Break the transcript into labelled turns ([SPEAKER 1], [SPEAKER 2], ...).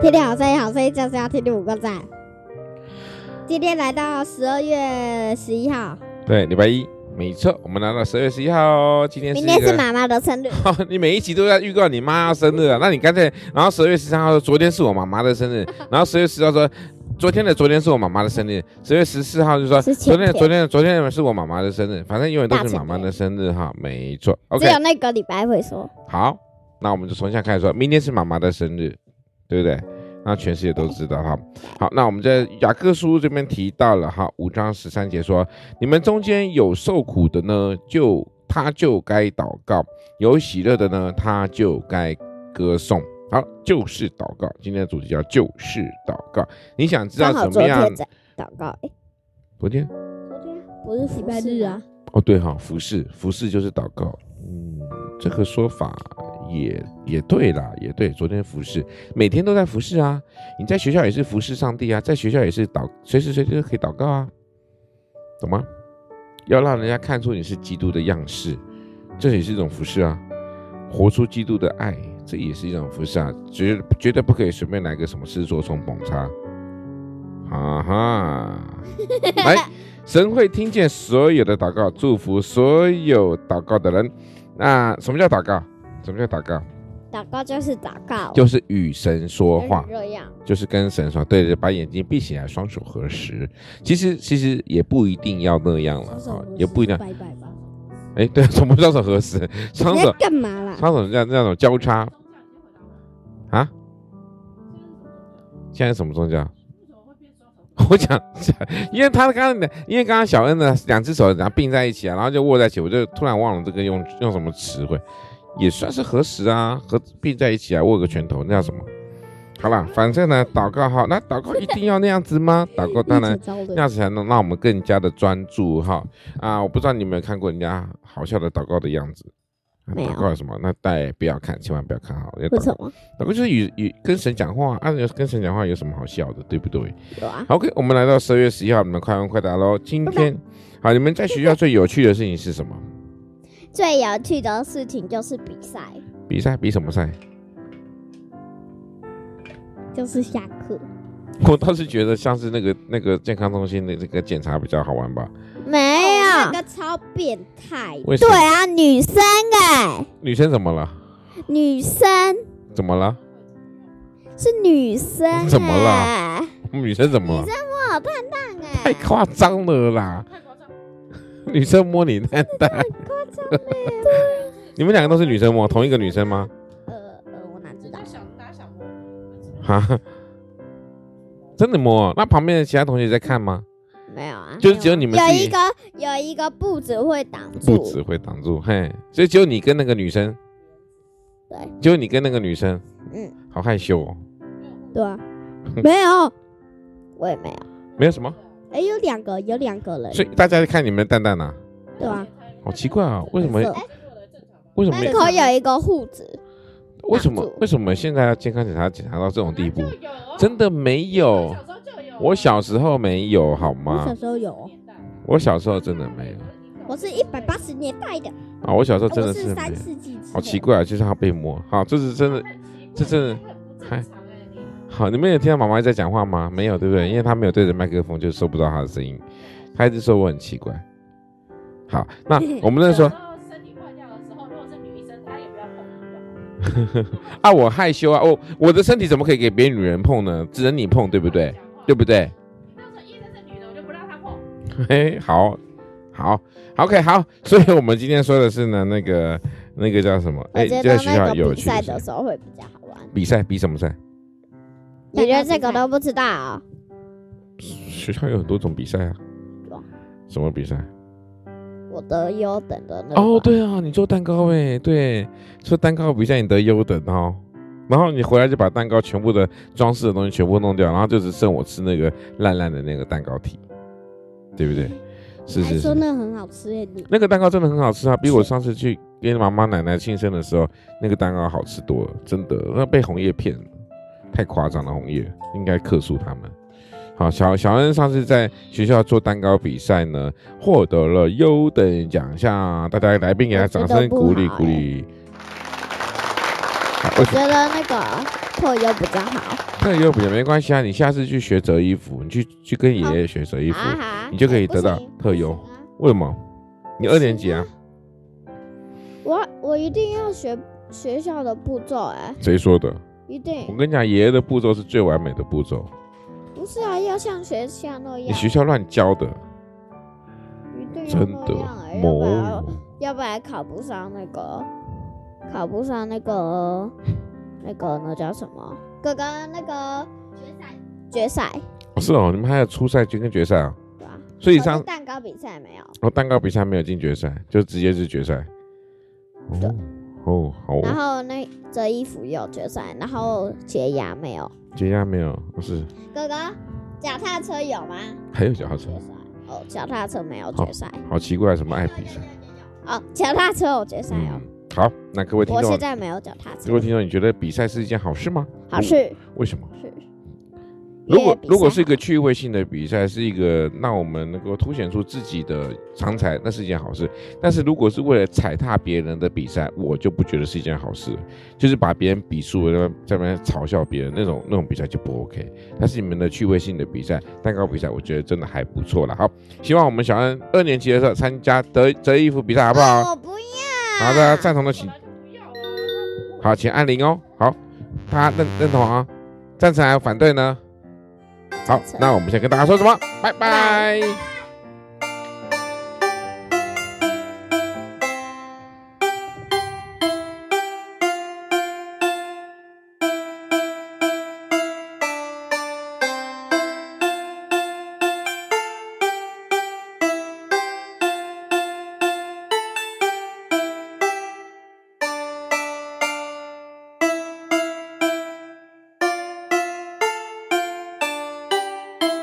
[SPEAKER 1] 天天好声音，好声音就是要听听五个赞。今天来到十二月十一号，
[SPEAKER 2] 对，礼拜一，没错，我们来到十月十一号哦。今天是
[SPEAKER 1] 明
[SPEAKER 2] 一
[SPEAKER 1] 天是
[SPEAKER 2] 个，
[SPEAKER 1] 妈妈的生日，
[SPEAKER 2] 你每一集都在预告你妈要生日啊？那你干脆，然后十月十三号说昨天是我妈妈 的生日，然后十月十号说昨天的昨天是我妈妈的生日，十月十四号就说
[SPEAKER 1] 是
[SPEAKER 2] 昨
[SPEAKER 1] 前天
[SPEAKER 2] 天的，昨天的昨天的是我妈妈的生日，反正永远都
[SPEAKER 1] 大
[SPEAKER 2] 是
[SPEAKER 1] 前
[SPEAKER 2] 妈妈
[SPEAKER 1] 天
[SPEAKER 2] 的生日哈，没错。OK，
[SPEAKER 1] 只有那个礼拜会说。
[SPEAKER 2] 好，那我们就从现在开始说，明天是妈妈的生日，对不对？那全世界都知道哈。好，那我们在雅各书这边提到了哈，五章十三节说：你们中间有受苦的呢，就他就该祷告；有喜乐的呢，他就该歌颂。好，就是祷告。今天的主题叫就是祷告。你想知道
[SPEAKER 1] 刚好
[SPEAKER 2] 怎
[SPEAKER 1] 昨
[SPEAKER 2] 么样
[SPEAKER 1] 天？在祷告，哎，
[SPEAKER 2] 昨天
[SPEAKER 1] 不是礼拜日啊，
[SPEAKER 2] 哦，对哈、服饰，服饰就是祷告。嗯，这个说法也也对啦，也对。昨天服饰，每天都在服饰啊。你在学校也是服侍上帝啊，在学校也是祷，随时随地都可以祷告啊，懂吗？要让人家看出你是基督的样式，这也是一种服饰啊。活出基督的爱，这也是一种服饰啊。绝绝对不可以随便来个什么事做冲捧叉，啊哈！来，神会听见所有的祷告，祝福所有祷告的人。那什么叫祷告？什么叫祷告？
[SPEAKER 1] 哎祷告就是祷告，
[SPEAKER 2] 就是与神说话
[SPEAKER 1] 就是。这样，
[SPEAKER 2] 就是跟神说，对对，把眼睛闭起来，双手合十。其实其实也不一定要那样了，啊，也不一定要。
[SPEAKER 3] 拜拜吧。
[SPEAKER 2] 哎，对，什么双手合十？双
[SPEAKER 1] 你
[SPEAKER 2] 手
[SPEAKER 1] 在干嘛啦？
[SPEAKER 2] 双手这样那种交叉啊？现在什么宗教？ 我讲，因为他刚刚，因为刚刚小恩的两只手然后并在一起啊，然后就握在一起，我就突然忘了这个用用什么词汇，也算是合十啊，合并在一起啊，握个拳头，那叫什么？好啦，反正呢，祷告哈，那祷告一定要那样子 吗？祷告当然那样子才能让我们更加的专注哈啊！我不知道你有没有看过人家好笑的祷告的样子，啊
[SPEAKER 1] 没有
[SPEAKER 2] 祷告有什么？那大家也不要看，千万不要看好。要
[SPEAKER 1] 为
[SPEAKER 2] 祷
[SPEAKER 1] 什么？
[SPEAKER 2] 祷告就是与与跟神讲话啊，有跟神讲话有什么好笑的，对不 对？
[SPEAKER 1] 有啊，
[SPEAKER 2] 好 OK，我们来到十二月十一号，你们快问快答喽。今天好，你们在学校最有趣的事情是什么？
[SPEAKER 1] 最有趣的事情就是比赛，
[SPEAKER 2] 比赛比什么赛？
[SPEAKER 1] 就是下课。
[SPEAKER 2] 我倒是觉得像是那个那个健康中心的这个检查比较好玩吧。
[SPEAKER 1] 没有，
[SPEAKER 3] 那个超变态，
[SPEAKER 2] 为什
[SPEAKER 1] 哎对
[SPEAKER 2] 么？
[SPEAKER 1] 啊，女生哎，
[SPEAKER 2] 女生怎么了？
[SPEAKER 1] 女生
[SPEAKER 2] 怎么了？
[SPEAKER 1] 是女生，哎
[SPEAKER 2] 怎么了？女生怎么了？
[SPEAKER 1] 我有判断
[SPEAKER 2] 太
[SPEAKER 1] 哎，
[SPEAKER 2] 夸张了啦！ 女生摸你蛋 蛋，
[SPEAKER 1] 夸张哎，
[SPEAKER 2] 你们两个都是女生摸，同一个女生吗？
[SPEAKER 1] 呃呃，我哪知道？
[SPEAKER 2] 哈，真的摸？那旁边的其他同学在看吗？
[SPEAKER 1] 没有啊，
[SPEAKER 2] 就是只有你们
[SPEAKER 1] 有
[SPEAKER 2] 自
[SPEAKER 1] 一
[SPEAKER 2] 己
[SPEAKER 1] 个有一个步子会挡住，
[SPEAKER 2] 不只会挡住，嘿，所以只有你跟那个女生，
[SPEAKER 1] 对，
[SPEAKER 2] 只有你跟那个女生，
[SPEAKER 1] 嗯，
[SPEAKER 2] 好害羞哦，
[SPEAKER 1] 对啊，没有，我也没有。
[SPEAKER 2] 没有什么，
[SPEAKER 1] 哎，有两个，有两个人，
[SPEAKER 2] 所以大家在看你们的蛋蛋啊，
[SPEAKER 1] 对吧？
[SPEAKER 2] 好奇怪啊，为什么
[SPEAKER 1] 没错
[SPEAKER 2] 为什么
[SPEAKER 1] 门口有一个护子，
[SPEAKER 2] 为什么
[SPEAKER 1] 挡住
[SPEAKER 2] 为什么现在要健康检查检查到这种地步？真的
[SPEAKER 3] 的
[SPEAKER 2] 没有，我小时候没有好
[SPEAKER 3] 我
[SPEAKER 2] 吗
[SPEAKER 3] 小？时候有，
[SPEAKER 2] 我小时候真的没有。
[SPEAKER 1] 我是一百八十年代的，哎
[SPEAKER 2] 啊，我小时候真
[SPEAKER 1] 我
[SPEAKER 2] 的是
[SPEAKER 1] 是
[SPEAKER 2] 没
[SPEAKER 1] 三
[SPEAKER 2] 有
[SPEAKER 1] 世纪之后
[SPEAKER 2] 好奇，怪啊，就是他被摸。好，这是真的。这真的哎还
[SPEAKER 3] 欸
[SPEAKER 2] 好，你们有听到妈妈在讲话吗？没有，对不对？因为她没有对着麦克风，就收不到她的声音。她一直说我很奇怪。好， 那我们那时
[SPEAKER 1] 啊
[SPEAKER 2] 候
[SPEAKER 3] 身体坏掉的时候，如果是女医生，她也不要碰。
[SPEAKER 2] 啊，我害羞啊，我我的身体怎么可以给别的女人碰呢？只能你碰，对不对？？对不对？
[SPEAKER 3] 那时候医生是女的，我就不让她碰。
[SPEAKER 2] 嘿，好，好，OK，好。所以我们今天说的是呢，那个那个叫什么？
[SPEAKER 1] 我
[SPEAKER 2] 哎，
[SPEAKER 1] 觉
[SPEAKER 2] 就
[SPEAKER 1] 得
[SPEAKER 2] 在学
[SPEAKER 1] 那
[SPEAKER 2] 校
[SPEAKER 1] 个
[SPEAKER 2] 有
[SPEAKER 1] 比
[SPEAKER 2] 趣的
[SPEAKER 1] 赛
[SPEAKER 2] 事
[SPEAKER 1] 的时候会比较好玩。
[SPEAKER 2] 比赛，比什么赛？
[SPEAKER 1] 你连这个都不知道啊？
[SPEAKER 2] 学校有很多种比赛啊
[SPEAKER 1] 对啊。
[SPEAKER 2] 什么比赛？
[SPEAKER 1] 我的优等的那个嗯
[SPEAKER 2] 哦，，对啊，你做蛋糕哎，对，做蛋糕比赛你得优等哦。然后你回来就把蛋糕全部的装饰的东西全部弄掉，然后就只剩我吃那个烂烂的那个蛋糕体，对不对？是
[SPEAKER 1] 还
[SPEAKER 2] 是
[SPEAKER 1] 哎说
[SPEAKER 2] 是，
[SPEAKER 1] 那很好吃耶，你
[SPEAKER 2] 那个蛋糕真的很好吃啊，比我上次去跟妈妈奶奶庆生的时候那个蛋糕好吃多了，真的。那被红叶骗了，太夸张了，红叶应该克诉他们。好，小小恩上次在学校做蛋糕比赛呢，获得了优等奖项，大家来宾给他掌声鼓励鼓励。好为什
[SPEAKER 1] 觉
[SPEAKER 2] 么
[SPEAKER 1] 得那个破又比较好。
[SPEAKER 2] 那又也没关系啊，你下次去学折衣服，你去去跟爷爷学折衣服，
[SPEAKER 1] 好啊好啊
[SPEAKER 2] 你就可以
[SPEAKER 1] 不
[SPEAKER 2] 得到
[SPEAKER 1] 行
[SPEAKER 2] 特
[SPEAKER 1] 不
[SPEAKER 2] 优
[SPEAKER 1] 行啊
[SPEAKER 2] 为什么？你二年级啊？
[SPEAKER 1] 我我一定要学学校的步骤哎、
[SPEAKER 2] 谁说的？
[SPEAKER 1] 一
[SPEAKER 2] 我
[SPEAKER 1] 定
[SPEAKER 2] 跟你讲，爷爷的步骤是最完美的步骤，
[SPEAKER 1] 不是啊，要像学校那
[SPEAKER 2] 你
[SPEAKER 1] 样，
[SPEAKER 2] 学校乱教的，
[SPEAKER 1] 一定要
[SPEAKER 2] 真
[SPEAKER 1] 那
[SPEAKER 2] 的
[SPEAKER 1] 样哎、要不
[SPEAKER 2] 魔
[SPEAKER 1] 然
[SPEAKER 2] 乳。
[SPEAKER 1] 要不然考不上那个，考不上那个那个那叫什么？哥哥那个决赛，决赛
[SPEAKER 2] 哦是哦，你们还有初赛军跟决赛啊？
[SPEAKER 1] 对吧？
[SPEAKER 2] 所以
[SPEAKER 1] 可是
[SPEAKER 2] 上
[SPEAKER 1] 蛋糕比赛没有，
[SPEAKER 2] 哦蛋糕比赛没有进决赛，就直接是决赛。哦哦好
[SPEAKER 1] 然
[SPEAKER 2] 哦，
[SPEAKER 1] 后那折衣服有决赛，然后洁牙没有。
[SPEAKER 2] 解压没有？哦是
[SPEAKER 1] 哥哥，脚踏车有吗？
[SPEAKER 2] 还有脚踏车
[SPEAKER 1] 决，赛哦，脚踏车没有
[SPEAKER 2] 好
[SPEAKER 1] 决赛
[SPEAKER 2] 好奇怪，什么爱比赛？
[SPEAKER 1] 哦，脚踏车有决赛哦
[SPEAKER 2] 嗯。，好，那各位听
[SPEAKER 1] 我
[SPEAKER 2] 众啊
[SPEAKER 1] 现，在没有脚踏车
[SPEAKER 2] 各位，听众，你觉得比赛是一件好事吗？
[SPEAKER 1] 好事
[SPEAKER 2] 为什么？
[SPEAKER 1] 是。
[SPEAKER 2] 如果
[SPEAKER 1] 越比赛哦
[SPEAKER 2] 如果是一个趣味性的比赛，是一个让我们能够凸显出自己的长才，那是一件好事。但是如果是为了踩踏别人的比赛，我就不觉得是一件好事了。就是把别人比输了，在那边嘲笑别人那种那种比赛就不 OK。但是你们的趣味性的比赛，蛋糕比赛，我觉得真的还不错了。好，希望我们小恩二年级的时候参加折折衣服比赛，好不好？
[SPEAKER 1] 我不要。
[SPEAKER 2] 好的，赞同的请
[SPEAKER 3] 本来就不要啊那不
[SPEAKER 2] 好，请按铃哦。好，他认认同啊，赞成还有反对呢？好
[SPEAKER 1] 赞，成
[SPEAKER 2] 那我们先跟大家说什么？拜拜。
[SPEAKER 1] 拜